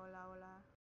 hola, hola.